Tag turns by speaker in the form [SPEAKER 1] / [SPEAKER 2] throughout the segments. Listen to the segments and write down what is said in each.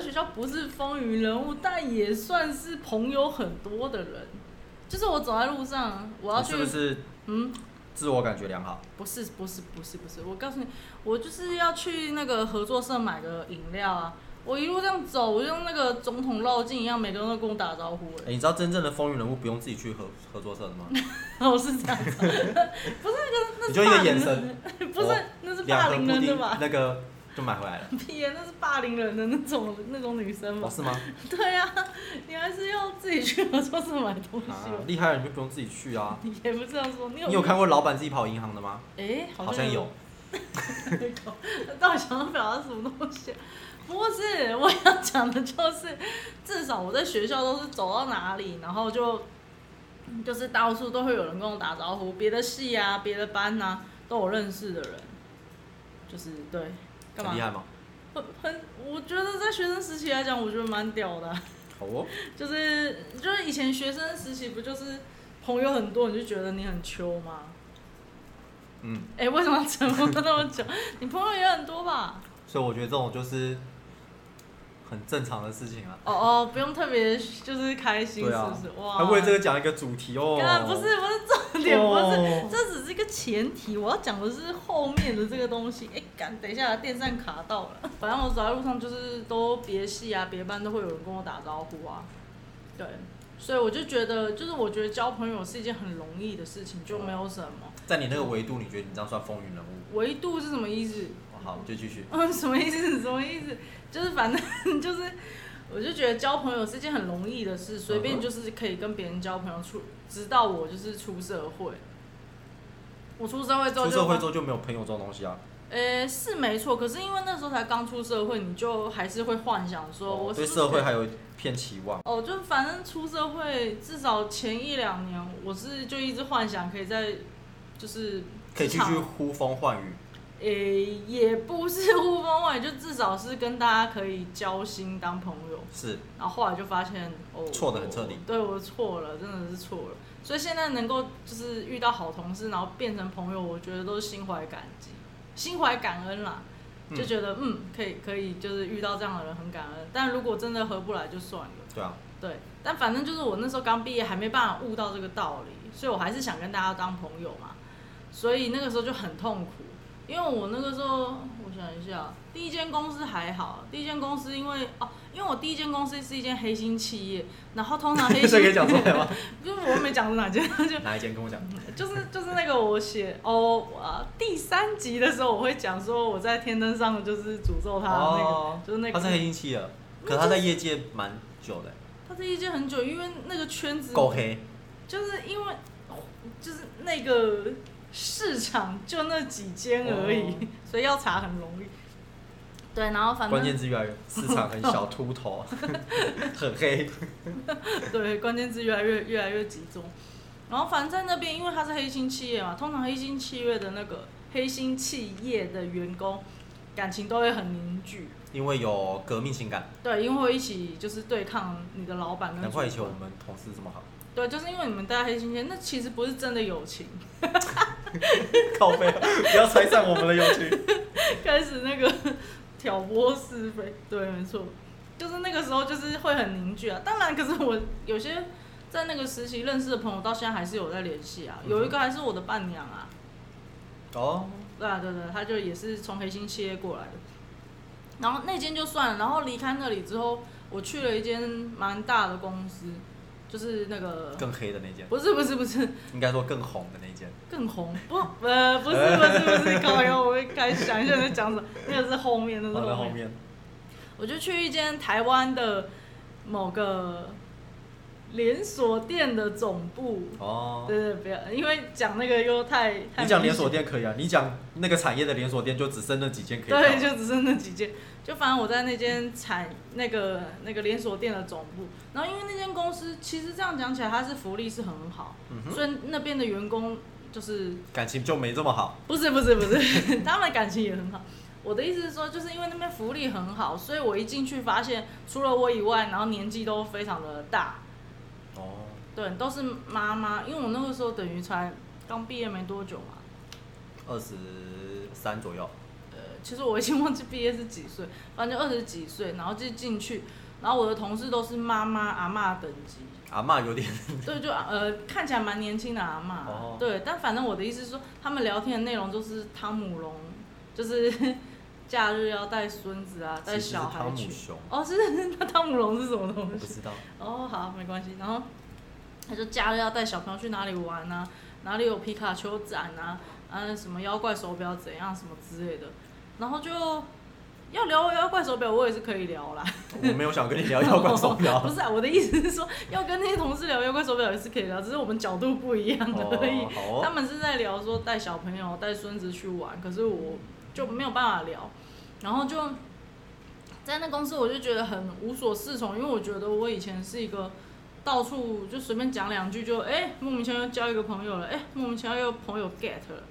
[SPEAKER 1] 学校不是风云人物，但也算是朋友很多的人。就是我走在路上，我要
[SPEAKER 2] 你
[SPEAKER 1] 去，
[SPEAKER 2] 哦是不是
[SPEAKER 1] 嗯，
[SPEAKER 2] 自我感觉良好？
[SPEAKER 1] 不是，不是，不是，不是，我告诉你，我就是要去那个合作社买个饮料啊。我一路这样走，我就像那个总统绕境一样，每个人都跟我打招呼、欸
[SPEAKER 2] 哎、你知道真正的风云人物不用自己去合合作社的吗？
[SPEAKER 1] 哦，是这样子， 不是那个，那是
[SPEAKER 2] 你就一个
[SPEAKER 1] 霸凌
[SPEAKER 2] 眼
[SPEAKER 1] 人
[SPEAKER 2] 神，
[SPEAKER 1] 不是
[SPEAKER 2] 哦，
[SPEAKER 1] 那 是
[SPEAKER 2] 两
[SPEAKER 1] 霸
[SPEAKER 2] 盒
[SPEAKER 1] 凌
[SPEAKER 2] 布
[SPEAKER 1] 人的
[SPEAKER 2] 丁
[SPEAKER 1] 吧？
[SPEAKER 2] 那个就买回来了。
[SPEAKER 1] 屁啊呀、那是霸凌人的那种那种女生
[SPEAKER 2] 哦，
[SPEAKER 1] 嘛。
[SPEAKER 2] 是吗？
[SPEAKER 1] 对呀、你还是要自己去合作社买东西
[SPEAKER 2] 啊
[SPEAKER 1] 吧。
[SPEAKER 2] 厉害了你就不用自己去啊。
[SPEAKER 1] 你 也不是这样说，你有
[SPEAKER 2] 你有看？过老板自己跑银行的吗？
[SPEAKER 1] 哎、
[SPEAKER 2] 好像有。。
[SPEAKER 1] 到底想要表达什么东西？ 不是，我要讲的就是，至少我在学校都是走到哪里，然后就就是到处都会有人跟我打招呼，别的系啊、别的班啊都有认识的人，就是对，干
[SPEAKER 2] 很厉害
[SPEAKER 1] 嘛？
[SPEAKER 2] 吗？
[SPEAKER 1] 很很，我觉得在学生时期来讲，我觉得蛮屌的啊、
[SPEAKER 2] 好哦，
[SPEAKER 1] 就是就是以前学生时期不就是朋友很多，你就觉得你很秋吗？
[SPEAKER 2] 嗯，
[SPEAKER 1] 哎、为什么要沉默那么久？你朋友也很多吧？
[SPEAKER 2] 所以我觉得这种就是很正常的事情啊。
[SPEAKER 1] 哦哦，不用特别就是开心，是
[SPEAKER 2] 对啊
[SPEAKER 1] 不是？，
[SPEAKER 2] 还
[SPEAKER 1] 哇，
[SPEAKER 2] 为了这个讲一个主题哦
[SPEAKER 1] 当。然不是不是重点，不是，
[SPEAKER 2] 哦，
[SPEAKER 1] 这只是一个前提。我要讲的是后面的这个东西。哎、干，等一下，电扇卡到了。 反正我走在路上就是都别系啊，别班都会有人跟我打招呼啊。对，所以我就觉得，就是我觉得交朋友是一件很容易的事情，就没有什么。
[SPEAKER 2] 在你那个维度，你觉得你这样算风云人物？
[SPEAKER 1] 维度是什么意思？
[SPEAKER 2] 哦好，就继续。
[SPEAKER 1] 嗯，什么意思？什么意思？就是反正 就是，我就觉得交朋友是件很容易的事，随
[SPEAKER 2] 嗯
[SPEAKER 1] 便就是可以跟别人交朋友出，直到我就是出社会。我出社会之后就
[SPEAKER 2] 出社会之后就没有朋友这种东西啊。
[SPEAKER 1] 呃，是没错，可是因为那时候才刚出社会，你就还是会幻想说，我
[SPEAKER 2] 哦
[SPEAKER 1] 是
[SPEAKER 2] 对
[SPEAKER 1] 不是
[SPEAKER 2] 社会还有一片期望。
[SPEAKER 1] 哦，就反正出社会至少前一两年，我是就一直幻想可以在就是
[SPEAKER 2] 可以
[SPEAKER 1] 职
[SPEAKER 2] 继
[SPEAKER 1] 场
[SPEAKER 2] 续呼风唤雨，
[SPEAKER 1] 诶、也不是呼风唤雨，就至少是跟大家可以交心当朋友。
[SPEAKER 2] 是
[SPEAKER 1] 然后后来就发现，哦，
[SPEAKER 2] 错得很彻底
[SPEAKER 1] 我对我错了，真的是错了。所以现在能够就是遇到好同事，然后变成朋友，我觉得都是心怀感激、心怀感恩啦。
[SPEAKER 2] 嗯
[SPEAKER 1] 就觉得嗯可以可以，就是遇到这样的人很感恩。但如果真的合不来就算了，
[SPEAKER 2] 对啊，
[SPEAKER 1] 对。但反正就是我那时候刚毕业，还没办法悟到这个道理，所以我还是想跟大家当朋友嘛。所以那个时候就很痛苦，因为我那个时候我想一下，第一间公司还好，第一间公司因为哦，因为我第一间公司是一间黑心企业，然后通常啊 黑心
[SPEAKER 2] 这可以讲出来吗？
[SPEAKER 1] 就是我没讲是哪间，就
[SPEAKER 2] 哪一间跟我讲？
[SPEAKER 1] 就是就是那个我写哦啊第三集的时候，我会讲说我在天灯上就是诅咒他的那个，
[SPEAKER 2] 哦
[SPEAKER 1] 就是 那个
[SPEAKER 2] 他是黑心企鹅，可是他在业界蛮久的，
[SPEAKER 1] 他这一间很久，因为那个圈子
[SPEAKER 2] 够黑。
[SPEAKER 1] 就是因为就是那个市场就那几间而已，
[SPEAKER 2] 哦
[SPEAKER 1] 所以要查很容易。对，然后反
[SPEAKER 2] 关键
[SPEAKER 1] 正
[SPEAKER 2] 字越来越市场很小，
[SPEAKER 1] 嗯
[SPEAKER 2] 秃头， 很黑。
[SPEAKER 1] 对关键字越来越越来越集中。然后反正在那边，因为他是黑心企业嘛，通常黑心企业的那个黑心企业的员工感情都会很凝聚。
[SPEAKER 2] 因为有革命情感，
[SPEAKER 1] 对，因为会一起就是对抗你的老板跟
[SPEAKER 2] 难
[SPEAKER 1] 主管
[SPEAKER 2] 怪以前我们同事这么好，
[SPEAKER 1] 对，就是因为你们大家黑心切，那其实不是真的友情。
[SPEAKER 2] 靠背，啊不要拆散我们的友情。
[SPEAKER 1] 开始那个 挑拨是非。对，没错，就是那个时候就是会很凝聚啊。当然，可是我有些在那个时期认识的朋友，到现在还是有在联系啊。有一个还是我的伴娘啊，
[SPEAKER 2] 哦，
[SPEAKER 1] 对啊，对对，她就也是从黑心企业过来的。然后那间就算了，然后离开那里之后，我去了一间蛮大的公司，就是那个
[SPEAKER 2] 更黑的那间，
[SPEAKER 1] 不是不是不是
[SPEAKER 2] 应该说更红的那间，
[SPEAKER 1] 更红不呃不是不是不是，搞腰我会开始想一下在讲什么，那个是后哦面，那
[SPEAKER 2] 放
[SPEAKER 1] 是
[SPEAKER 2] 在
[SPEAKER 1] 后
[SPEAKER 2] 后
[SPEAKER 1] 面。
[SPEAKER 2] 面。
[SPEAKER 1] 我就去一间台湾的某个连锁店的总部。
[SPEAKER 2] 哦，
[SPEAKER 1] 对对，不要，因为讲那个又太太。
[SPEAKER 2] 你讲连锁。店可以啊，你讲那个产业的连锁店就只剩那几间可以
[SPEAKER 1] 对，
[SPEAKER 2] 跳。
[SPEAKER 1] 就只剩那几间。就反正我在那间产那个那个连锁店的总部，然后因为那间公司其实这样讲起来，它是福利是很好，
[SPEAKER 2] 嗯哼
[SPEAKER 1] 所以那边的员工就是
[SPEAKER 2] 感情就没这么好。
[SPEAKER 1] 不是不是不是， 他们感情也很好。我的意思是说，就是因为那边福利很好，所以我一进去发现，除了我以外，然后年纪都非常的大，
[SPEAKER 2] 哦，
[SPEAKER 1] 对，都是妈妈。因为我那个时候等于才刚毕业没多久嘛，
[SPEAKER 2] 二十三左右，
[SPEAKER 1] 呃，其实我已经忘记毕业是几岁，反正就二十几岁，然后就进去，然后我的同事都是妈妈、阿妈等级，
[SPEAKER 2] 阿嬷有点
[SPEAKER 1] 对，就呃看起来蛮年轻的阿嬷，
[SPEAKER 2] 嗯哦
[SPEAKER 1] 对，但反正我的意思是说，他们聊天的内容就是汤姆龙，就是 假日要带孙子啊，带
[SPEAKER 2] 其实是
[SPEAKER 1] 小孩
[SPEAKER 2] 汤姆
[SPEAKER 1] 去。
[SPEAKER 2] 熊，
[SPEAKER 1] 哦，是是是，那汤姆龙是什么
[SPEAKER 2] 我
[SPEAKER 1] 东
[SPEAKER 2] 不
[SPEAKER 1] 西？
[SPEAKER 2] 知道。
[SPEAKER 1] 哦，好，没关系。然后他就假日要带小朋友去哪里玩啊，哪里有皮卡丘展啊，啊什么妖怪手表怎样什么之类的，然后就要聊妖怪手表，我也是可以聊啦。
[SPEAKER 2] 我没有想跟你聊哦妖怪 手
[SPEAKER 1] 不
[SPEAKER 2] 表。
[SPEAKER 1] 是、啊，我的意思是说，要跟那些同事聊妖怪手表也是可以聊，只是我们角度不一样而已。
[SPEAKER 2] 哦，好
[SPEAKER 1] 他
[SPEAKER 2] 哦，
[SPEAKER 1] 们是在聊说带小朋友、带孙子去玩，可是我就没有办法聊，然后就在那公司我就觉得很无所适从，因为我觉得我以前是一个到处就随便讲两句就哎、莫名其妙又交一个朋友了，哎、莫名其妙又朋友 get 了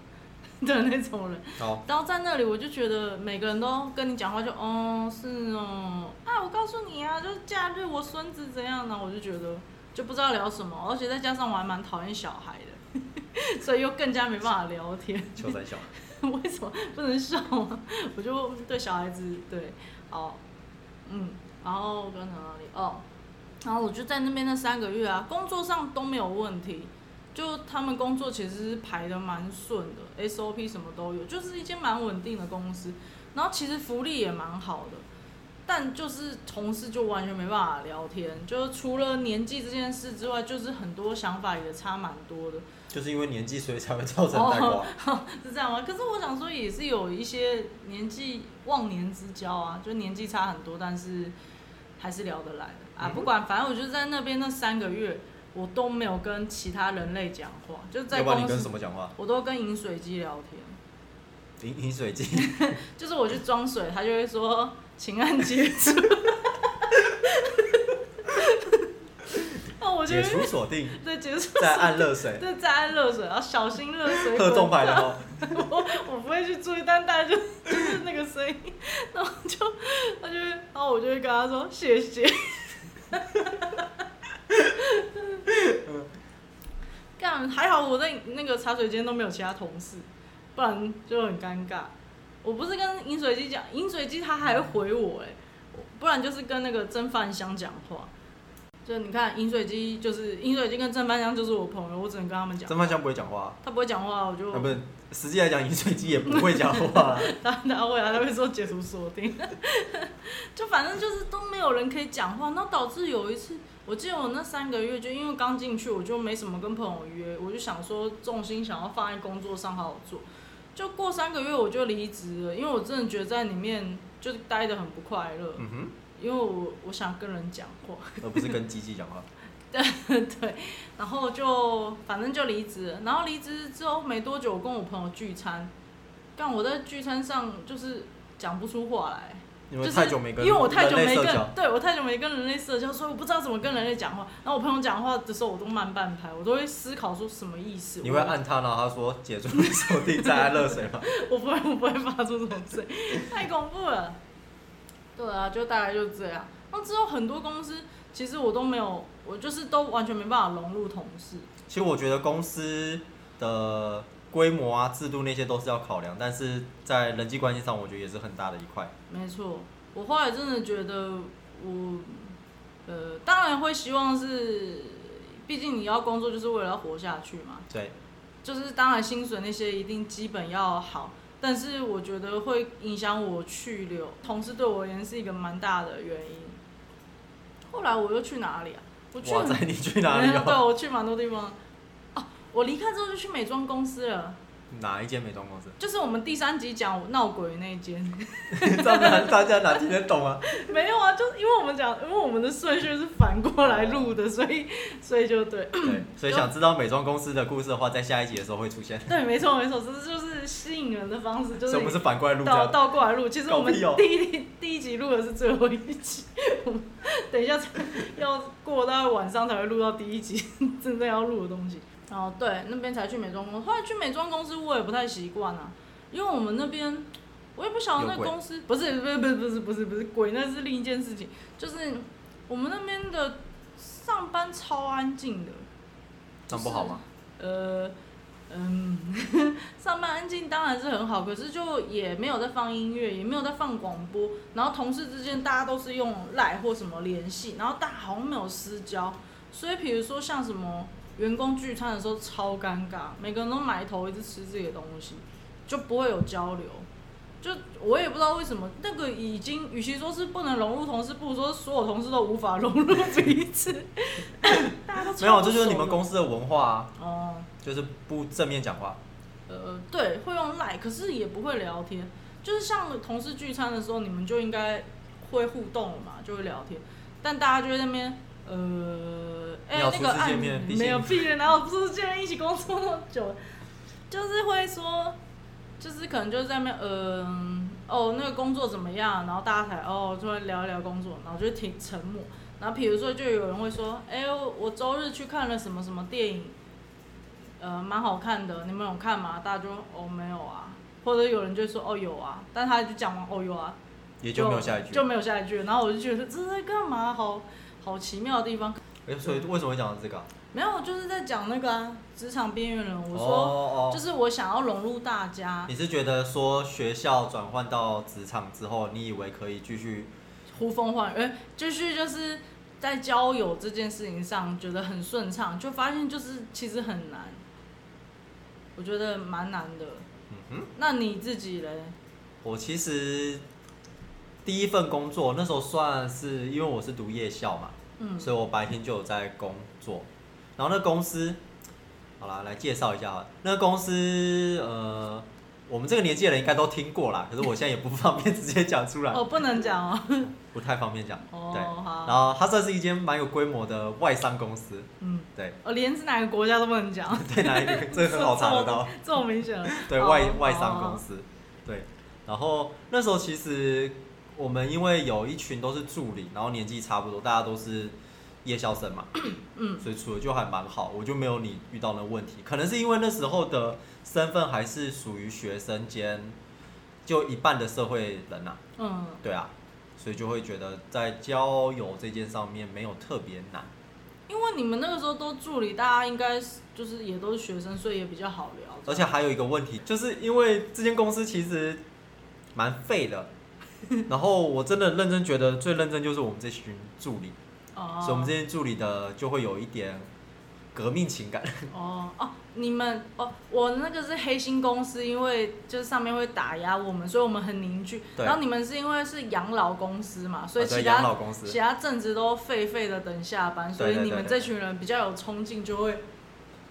[SPEAKER 1] 的那种人。
[SPEAKER 2] 好，
[SPEAKER 1] 然后在那里，我就觉得每个人都跟你讲话就，哦，是哦，啊，我告诉你啊，就是假日我孙子怎样呢，我就觉得就不知道聊什么，而且再加上我还蛮讨厌小孩的， 所以又更加没办法聊天。
[SPEAKER 2] 秋 山小，
[SPEAKER 1] 为什么不能笑啊？ 我就对小孩子对，哦，嗯，然后我刚讲哪里？哦，然后我就在那边那三个月啊，工作上都没有问题，就他们工作其实是排的蛮顺的，SOP 什么都有，就是一间蛮稳定的公司，然后其实福利也蛮好的。但就是同事就完全没办法聊天，就是除了年纪这件事之外，就是很多想法也差蛮多的。
[SPEAKER 2] 就是因为年纪所以才会造成呆
[SPEAKER 1] 哦
[SPEAKER 2] 瓜。
[SPEAKER 1] 是这样吗？可是我想说，也是有一些年纪忘年之交啊，就年纪差很多，但是还是聊得来的啊。
[SPEAKER 2] 嗯
[SPEAKER 1] 不管，反正我就在那边那三个月，我都没有跟其他人类讲话，就在
[SPEAKER 2] 要不然
[SPEAKER 1] 公
[SPEAKER 2] 你跟
[SPEAKER 1] 司
[SPEAKER 2] 什，么讲话？
[SPEAKER 1] 我都跟饮水机聊天。
[SPEAKER 2] 饮饮水机，
[SPEAKER 1] 就是我去装水，他就会说请按解 除。那哦我就
[SPEAKER 2] 解
[SPEAKER 1] 会
[SPEAKER 2] 除锁定，
[SPEAKER 1] 对解除，
[SPEAKER 2] 再按热水，
[SPEAKER 1] 对再按热水，然后小心热水
[SPEAKER 2] 喝
[SPEAKER 1] 滚
[SPEAKER 2] 中牌
[SPEAKER 1] 烫
[SPEAKER 2] 的哦。
[SPEAKER 1] 我 我不会去注意，但大家就就是那个声音，然后就 他就会，然后我就会跟他说谢谢。 干还好我在那个茶水间都没有其他同事，不然就很尴尬。我不是跟饮水机讲，饮水机他还会回我哎、不然就是跟那个蒸饭箱讲话。就你看饮水机，就是饮水机跟蒸饭箱就是我朋友，我只能跟他们讲。
[SPEAKER 2] 曾范香不会讲话，
[SPEAKER 1] 他不会讲话，我就
[SPEAKER 2] 啊，不是，实际来讲，饮水机也不会讲话。
[SPEAKER 1] 他他会啊，他会说解除锁定， 就反正就是都没有人可以讲话，那导致有一次，我记得我那三个月就因为刚进去，我就没什么跟朋友约，我就想说重心想要放在工作上好好做，就过三个月我就离职了，因为我真的觉得在里面就是待的很不快乐，
[SPEAKER 2] 嗯哼。
[SPEAKER 1] 因为我我想跟人讲话，
[SPEAKER 2] 而不是跟机器讲话。
[SPEAKER 1] 对，然后就反正就离职了，然后离职之后没多久，我跟我朋友聚餐，但我在聚餐上就是讲不出话来。
[SPEAKER 2] 因
[SPEAKER 1] 就
[SPEAKER 2] 为
[SPEAKER 1] 是
[SPEAKER 2] 太久没跟，
[SPEAKER 1] 因为我太久没
[SPEAKER 2] 社
[SPEAKER 1] 跟
[SPEAKER 2] 交，，
[SPEAKER 1] 对我太久没跟人类社交，所以我不知道怎么跟人类讲话。然后我朋友讲话的时候，我都慢半拍，我都会思考说什么意思。
[SPEAKER 2] 你会按他，然后他说解除手 定再按热水吗？
[SPEAKER 1] 我不会，我不会发出这种声音，太恐怖了。对啊，就大概就这样。那之后很多公司，其实我都没有，我就是都完全没办法融入同事。
[SPEAKER 2] 其实我觉得公司的规模啊、制度那些都是要考量，但是在人际关系上，我觉得也是很大的一块。
[SPEAKER 1] 没错，我后来真的觉得我，呃，当然会希望是，毕竟你要工作就是为了要活下去嘛。
[SPEAKER 2] 对，
[SPEAKER 1] 就是当然薪水那些一定基本要好，但是我觉得会影响我去留，同事对我而言是一个蛮大的原因。后来我又去哪里啊？我去
[SPEAKER 2] 哇塞，你去哪里
[SPEAKER 1] 对，
[SPEAKER 2] 哦？
[SPEAKER 1] 我去蛮多地方。哦、我离开之后就去美妆公司了，
[SPEAKER 2] 哪一间美妆公司？
[SPEAKER 1] 就是我们第三集讲闹鬼那一间。
[SPEAKER 2] 这样哪大家哪听得懂啊？
[SPEAKER 1] 没有啊，就是因为我们讲，因为我们的顺序是反过来录的，所以所以就对，
[SPEAKER 2] 对，所以想知道美妆公司的故事的话，在下一集的时候会出现。
[SPEAKER 1] 对，没错没错，这就是吸引人的方式，就
[SPEAKER 2] 所以
[SPEAKER 1] 是
[SPEAKER 2] 我们是反过来录这
[SPEAKER 1] 倒
[SPEAKER 2] 样。
[SPEAKER 1] 倒过来录，其实我们
[SPEAKER 2] 搞屁哦
[SPEAKER 1] 第一、第一集录的是最后一集， 我们等一下 才要过大概晚上才会录到第一集 真正要录的东西。然后对那边才去美妆公司，后来去美妆公司我也不太习惯啊，因为我们那边我也不晓得那
[SPEAKER 2] 有鬼
[SPEAKER 1] 公司不是不是不是不是不是不是鬼，那是另一件事情，就是我们那边的上班超安静的，
[SPEAKER 2] 这样不好吗？
[SPEAKER 1] 呃，嗯，上班安静当然是很好，可是就也没有在放音乐，也没有在放广播，然后同事之间大家都是用赖或什么联系，然后大家好像没有私交，所以比如说像什么员工聚餐的时候超尴尬，每个人都埋头一直吃自己的东西，就不会有交流。就我也不知道为什么，那个已经与其说是不能融入同事，不如说所有同事都无法融入彼此。 大家都
[SPEAKER 2] 没有，
[SPEAKER 1] 超
[SPEAKER 2] 这就是你
[SPEAKER 1] 熟
[SPEAKER 2] 们
[SPEAKER 1] 的
[SPEAKER 2] 公司的文化啊，
[SPEAKER 1] 哦。
[SPEAKER 2] 就是不正面讲话。
[SPEAKER 1] 呃，对，会用赖，可是也不会聊天。就是像同事聚餐的时候，你们就应该会互动了嘛，就会聊天。但大家就会在那边，呃，哎、
[SPEAKER 2] 要
[SPEAKER 1] 那
[SPEAKER 2] 初
[SPEAKER 1] 个
[SPEAKER 2] 次
[SPEAKER 1] 按
[SPEAKER 2] 见面毕
[SPEAKER 1] 没有
[SPEAKER 2] 竟
[SPEAKER 1] 屁的，哪有初次见面一起工作那么久？就是会说，就是可能就是在那边，嗯、哦，那个工作怎么样？然后大家才哦，就会聊一聊工作，然后就挺沉默。然后比如说，就有人会说，哎、我我周日去看了什么什么电影，呃，蛮好看的，你们有看吗？大家就哦没有啊，或者有人就说哦有啊，但他就讲完哦有啊，
[SPEAKER 2] 也就没有下一句。
[SPEAKER 1] 就没有下一句。然后我就觉得这是在干嘛？好好奇妙的地方。
[SPEAKER 2] 哎、所以为什么会讲到这个啊、
[SPEAKER 1] 没有，就是在讲那个啊职、场边缘人。我说、
[SPEAKER 2] 哦哦，
[SPEAKER 1] 就是我想要融入大家，
[SPEAKER 2] 你是觉得说学校转换到职场之后，你以为可以继续
[SPEAKER 1] 呼风唤雨，哎、继续就是在交友这件事情上觉得很顺畅，就发现就是其实很难，我觉得蛮难的。
[SPEAKER 2] 嗯哼，
[SPEAKER 1] 那你自己嘞？
[SPEAKER 2] 我其实第一份工作那时候算是因为我是读夜校嘛，
[SPEAKER 1] 嗯，
[SPEAKER 2] 所以我白天就有在工作。然后那公司，好啦，来介绍一下好了。那公司呃，我们这个年纪的人应该都听过啦，可是我现在也不方便 直接讲出来，
[SPEAKER 1] 哦，不能讲哦。
[SPEAKER 2] 不太方便讲。对，
[SPEAKER 1] 哦，
[SPEAKER 2] 然
[SPEAKER 1] 好，
[SPEAKER 2] 后它算是一间蛮有规模的外商公司，
[SPEAKER 1] 嗯，
[SPEAKER 2] 对，
[SPEAKER 1] 哦，连是哪个国家都不能讲，
[SPEAKER 2] 在哪一个 这个很好查得到。
[SPEAKER 1] 这么明显了。
[SPEAKER 2] 对
[SPEAKER 1] 哦
[SPEAKER 2] 外
[SPEAKER 1] 哦
[SPEAKER 2] 外商
[SPEAKER 1] 哦
[SPEAKER 2] 公司，对。然后那时候其实我们因为有一群都是助理，然后年纪差不多，大家都是夜校生嘛，
[SPEAKER 1] 嗯，
[SPEAKER 2] 所以处的就还蛮好，我就没有你遇到的问题。可能是因为那时候的身份还是属于学生兼，就一半的社会人呐、
[SPEAKER 1] 嗯，
[SPEAKER 2] 对啊，所以就会觉得在交友这件上面没有特别难。
[SPEAKER 1] 因为你们那个时候都助理，大家应该是就是也都是学生，所以也比较好聊。
[SPEAKER 2] 而且还有一个问题，就是因为这间公司其实蛮废的， 然后我真的认真觉得最认真就是我们这群助理，
[SPEAKER 1] 哦，
[SPEAKER 2] 所以我们这些助理的就会有一点革命情感。
[SPEAKER 1] 哦哦，你们哦，我那个是黑心公司，因为就是上面会打压我们，所以我们很凝聚。
[SPEAKER 2] 对
[SPEAKER 1] 然后你们是因为是养老公司嘛，所以
[SPEAKER 2] 啊对
[SPEAKER 1] 其
[SPEAKER 2] 养
[SPEAKER 1] 他
[SPEAKER 2] 老公司
[SPEAKER 1] 其他正职都废废的等下班，所
[SPEAKER 2] 对
[SPEAKER 1] 以
[SPEAKER 2] 对
[SPEAKER 1] 你
[SPEAKER 2] 对
[SPEAKER 1] 们
[SPEAKER 2] 对
[SPEAKER 1] 这群人比较有冲劲，就会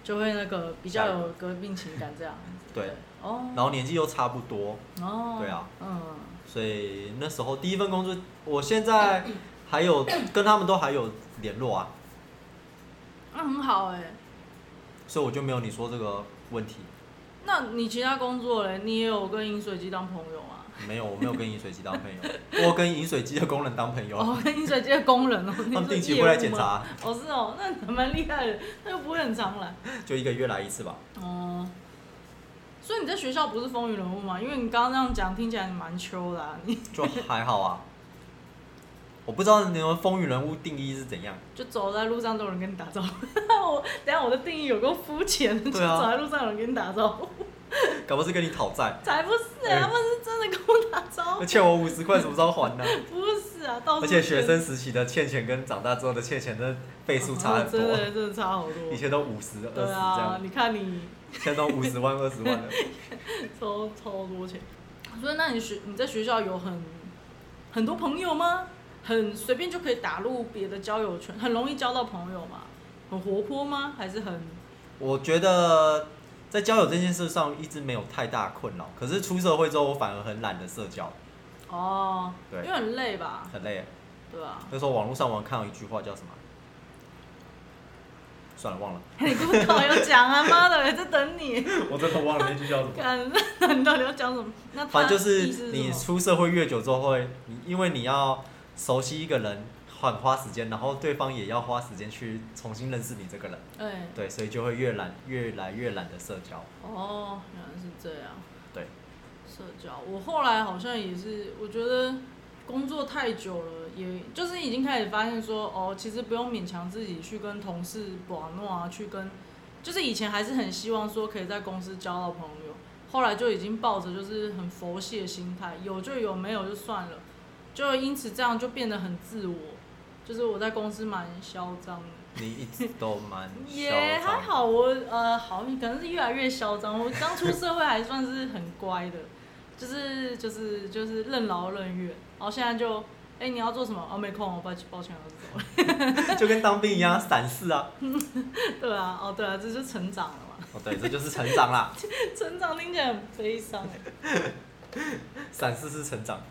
[SPEAKER 1] 就会那个比较有革命情感这样子。
[SPEAKER 2] 对，
[SPEAKER 1] 哦
[SPEAKER 2] 然后年纪又差不多，
[SPEAKER 1] 哦，
[SPEAKER 2] 对啊，
[SPEAKER 1] 嗯，
[SPEAKER 2] 所以那时候第一份工作，我现在还有跟他们都还有联络啊，
[SPEAKER 1] 那很好哎、
[SPEAKER 2] 所以我就没有你说这个问题，
[SPEAKER 1] 那你其他工作嘞，你也有跟饮水机当朋友啊？
[SPEAKER 2] 没有，我没有跟饮水机当朋友，我有跟饮水机的工人当朋友啊，
[SPEAKER 1] 哦，跟饮水机的工 人哦，他
[SPEAKER 2] 他们定期会来检查。啊，
[SPEAKER 1] 哦，是哦，那你蛮厉害的，那又不会很常来。
[SPEAKER 2] 就一个月来一次吧。
[SPEAKER 1] 哦，所以你在学校不是风云人物嘛？因为你刚刚那样讲，听起来你蛮秋的、啊，你
[SPEAKER 2] 就还好啊。我不知道你们风云人物定义是怎样，
[SPEAKER 1] 就走在路上都有人跟你打招呼。 我等一下我的定义有够肤浅，就
[SPEAKER 2] 对啊
[SPEAKER 1] 走在路上有人跟你打招呼，
[SPEAKER 2] 搞不好是跟你讨债，
[SPEAKER 1] 才不是、欸，
[SPEAKER 2] 哎
[SPEAKER 1] 他们是真的跟我打招呼
[SPEAKER 2] 那，欠我五十块什么时候还呢？
[SPEAKER 1] 不是啊，到处
[SPEAKER 2] 而且
[SPEAKER 1] 是
[SPEAKER 2] 学生时期的欠钱跟长大之后的欠钱的倍数差很
[SPEAKER 1] 哦真
[SPEAKER 2] 多，
[SPEAKER 1] 的真的差好
[SPEAKER 2] 以
[SPEAKER 1] 多。
[SPEAKER 2] 前都五十、二十这
[SPEAKER 1] 对啊，
[SPEAKER 2] 样，
[SPEAKER 1] 你看你
[SPEAKER 2] 现在都五十万、二 十万了。
[SPEAKER 1] 超超多钱，所以那你学你在学校有很很多朋友吗？很随便就可以打入别的交友圈，很容易交到朋友吗？很活泼吗？还是很
[SPEAKER 2] 我觉得在交友这件事上一直没有太大困扰，可是出社会之后我反而很懒得社交，
[SPEAKER 1] 哦，
[SPEAKER 2] 对
[SPEAKER 1] 因为很累吧，
[SPEAKER 2] 很累。
[SPEAKER 1] 对吧、
[SPEAKER 2] 那时候网络上我看到一句话叫什么？算了，忘了，
[SPEAKER 1] 你跟我导游讲啊，妈的，我在等你。
[SPEAKER 2] 我真的忘了那句叫什么
[SPEAKER 1] 看，那你到底要讲什么？那他
[SPEAKER 2] 反正就
[SPEAKER 1] 意思
[SPEAKER 2] 是
[SPEAKER 1] 是
[SPEAKER 2] 你
[SPEAKER 1] 什么
[SPEAKER 2] 出社会越久之后会，你因为你要熟悉一个人，很花时间，然后对方也要花时间去重新认识你这个人，
[SPEAKER 1] 哎，
[SPEAKER 2] 对，所以就会越懒，越来越懒得社交。
[SPEAKER 1] 哦，原来是这样。
[SPEAKER 2] 对，
[SPEAKER 1] 社交，我后来好像也是，我觉得工作太久了，也就是已经开始发现说，哦，其实不用勉强自己去跟同事玩弄啊，去跟，就是以前还是很希望说可以在公司交到朋友，后来就已经抱着就是很佛系的心态，有就有，没有就算了，就因此这样就变得很自我，就是我在公司蛮嚣张的。
[SPEAKER 2] 你一直都 蛮
[SPEAKER 1] 也、
[SPEAKER 2] 嚣张
[SPEAKER 1] 还好我，呃好，可能是越来越嚣张。我刚出社会还算是很乖的， 就是就是就是任劳任怨。然后现在就，哎、你要做什么？哦，没空，我抱歉抱歉，我走了。
[SPEAKER 2] 就跟当兵一样散四啊。
[SPEAKER 1] 对啊，哦对啊，这就成长了嘛。
[SPEAKER 2] 哦，对，这就是成长啦，
[SPEAKER 1] 成长听起来很悲伤哎。
[SPEAKER 2] 散四是成长。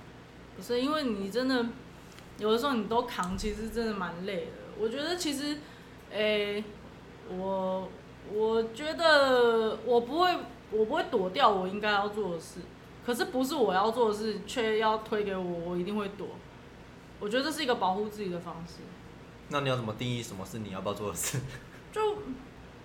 [SPEAKER 1] 不是因为你真的有的时候你都扛，其实真的蛮累的。我觉得其实，诶、我我觉得我不会，我不会躲掉我应该要做的事，可是不是我要做的事，却要推给我，我一定会躲。我觉得这是一个保护自己的方式。
[SPEAKER 2] 那你要怎么定义什么是你要不要做的 事？
[SPEAKER 1] 就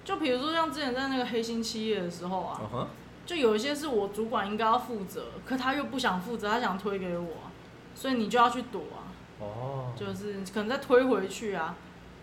[SPEAKER 1] 就比如说像之前在那个黑心企业的时候啊，
[SPEAKER 2] 嗯哼，
[SPEAKER 1] 就有一些是我主管应该要负责，可他又不想负责，他想推给我啊、所以你就要去躲啊。
[SPEAKER 2] 哦，
[SPEAKER 1] 就是可能再推回去啊，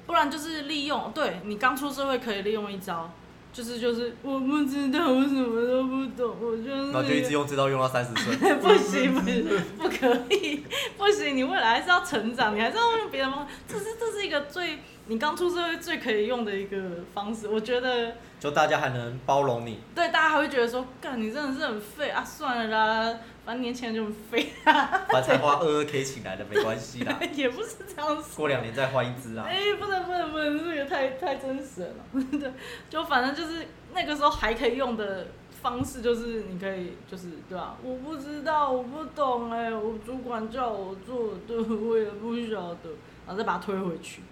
[SPEAKER 1] 不然就是利用，对你刚出社会可以利用一招，就是就是我不知道，我什么都不懂，我就是
[SPEAKER 2] 然后就一直用，直到用到三十岁。
[SPEAKER 1] 不行不行不可以，不行，你未来还是要成长，你还是要用别的方法，这是这是一个最你刚出社会最可以用的一个方式，我觉得
[SPEAKER 2] 就大家还能包容你，
[SPEAKER 1] 对大家还会觉得说，干你真的是很废啊，算了啦，反正年轻人就很废，
[SPEAKER 2] 把才花二二 K 请来的没关系啦，
[SPEAKER 1] 也不是这样说。
[SPEAKER 2] 啊过两年再换一支啊。
[SPEAKER 1] 哎、不能不能不能，这个太太真实了。 对，就反正就是那个时候还可以用的方式，就是你可以就是对吧、我不知道，我不懂哎、我主管叫我做，对我也不晓得，然后再把它推回去。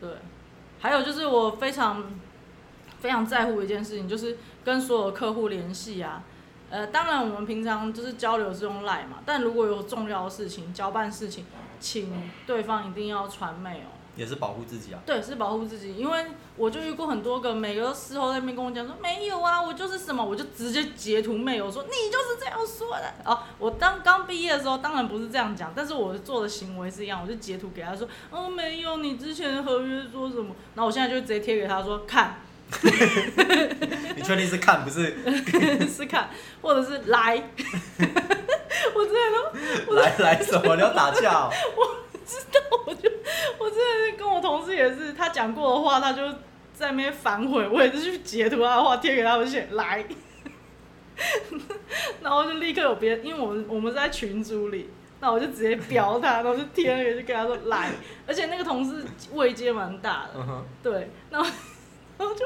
[SPEAKER 1] 对，还有就是我非常非常在乎一件事情，就是跟所有客户联系啊。呃，当然我们平常就是交流是用 Line 嘛，但如果有重要的事情、交办事情，请对方一定要传 mail 哦。
[SPEAKER 2] 也是保护自己啊。
[SPEAKER 1] 对，是保护自己，因为我就遇过很多个，每个都事后在那边跟我讲说没有啊，我就是什么，我就直接截图妹，我说你就是这样说的哦。我当刚毕业的时候，当然不是这样讲，但是我做的行为是一样，我就截图给他说，哦，没有，你之前的合约说什么？然后我现在就直接贴给他说看，
[SPEAKER 2] 你确定是看不是
[SPEAKER 1] 是看，或者是来， 我真的都
[SPEAKER 2] 来来什么？你要打架、哦？
[SPEAKER 1] 我就 我真的是跟我同事也是，他讲过的话，他就在那边反悔，我也是去截图他的话贴给他，我就写来， 然后就立刻有别人，因为我们我们是在群组里，那我就直接标他，然
[SPEAKER 2] 嗯
[SPEAKER 1] 后就贴那个就跟他说来，而且那个同事位阶蛮大的，
[SPEAKER 2] 嗯哼，
[SPEAKER 1] 对，然后然后就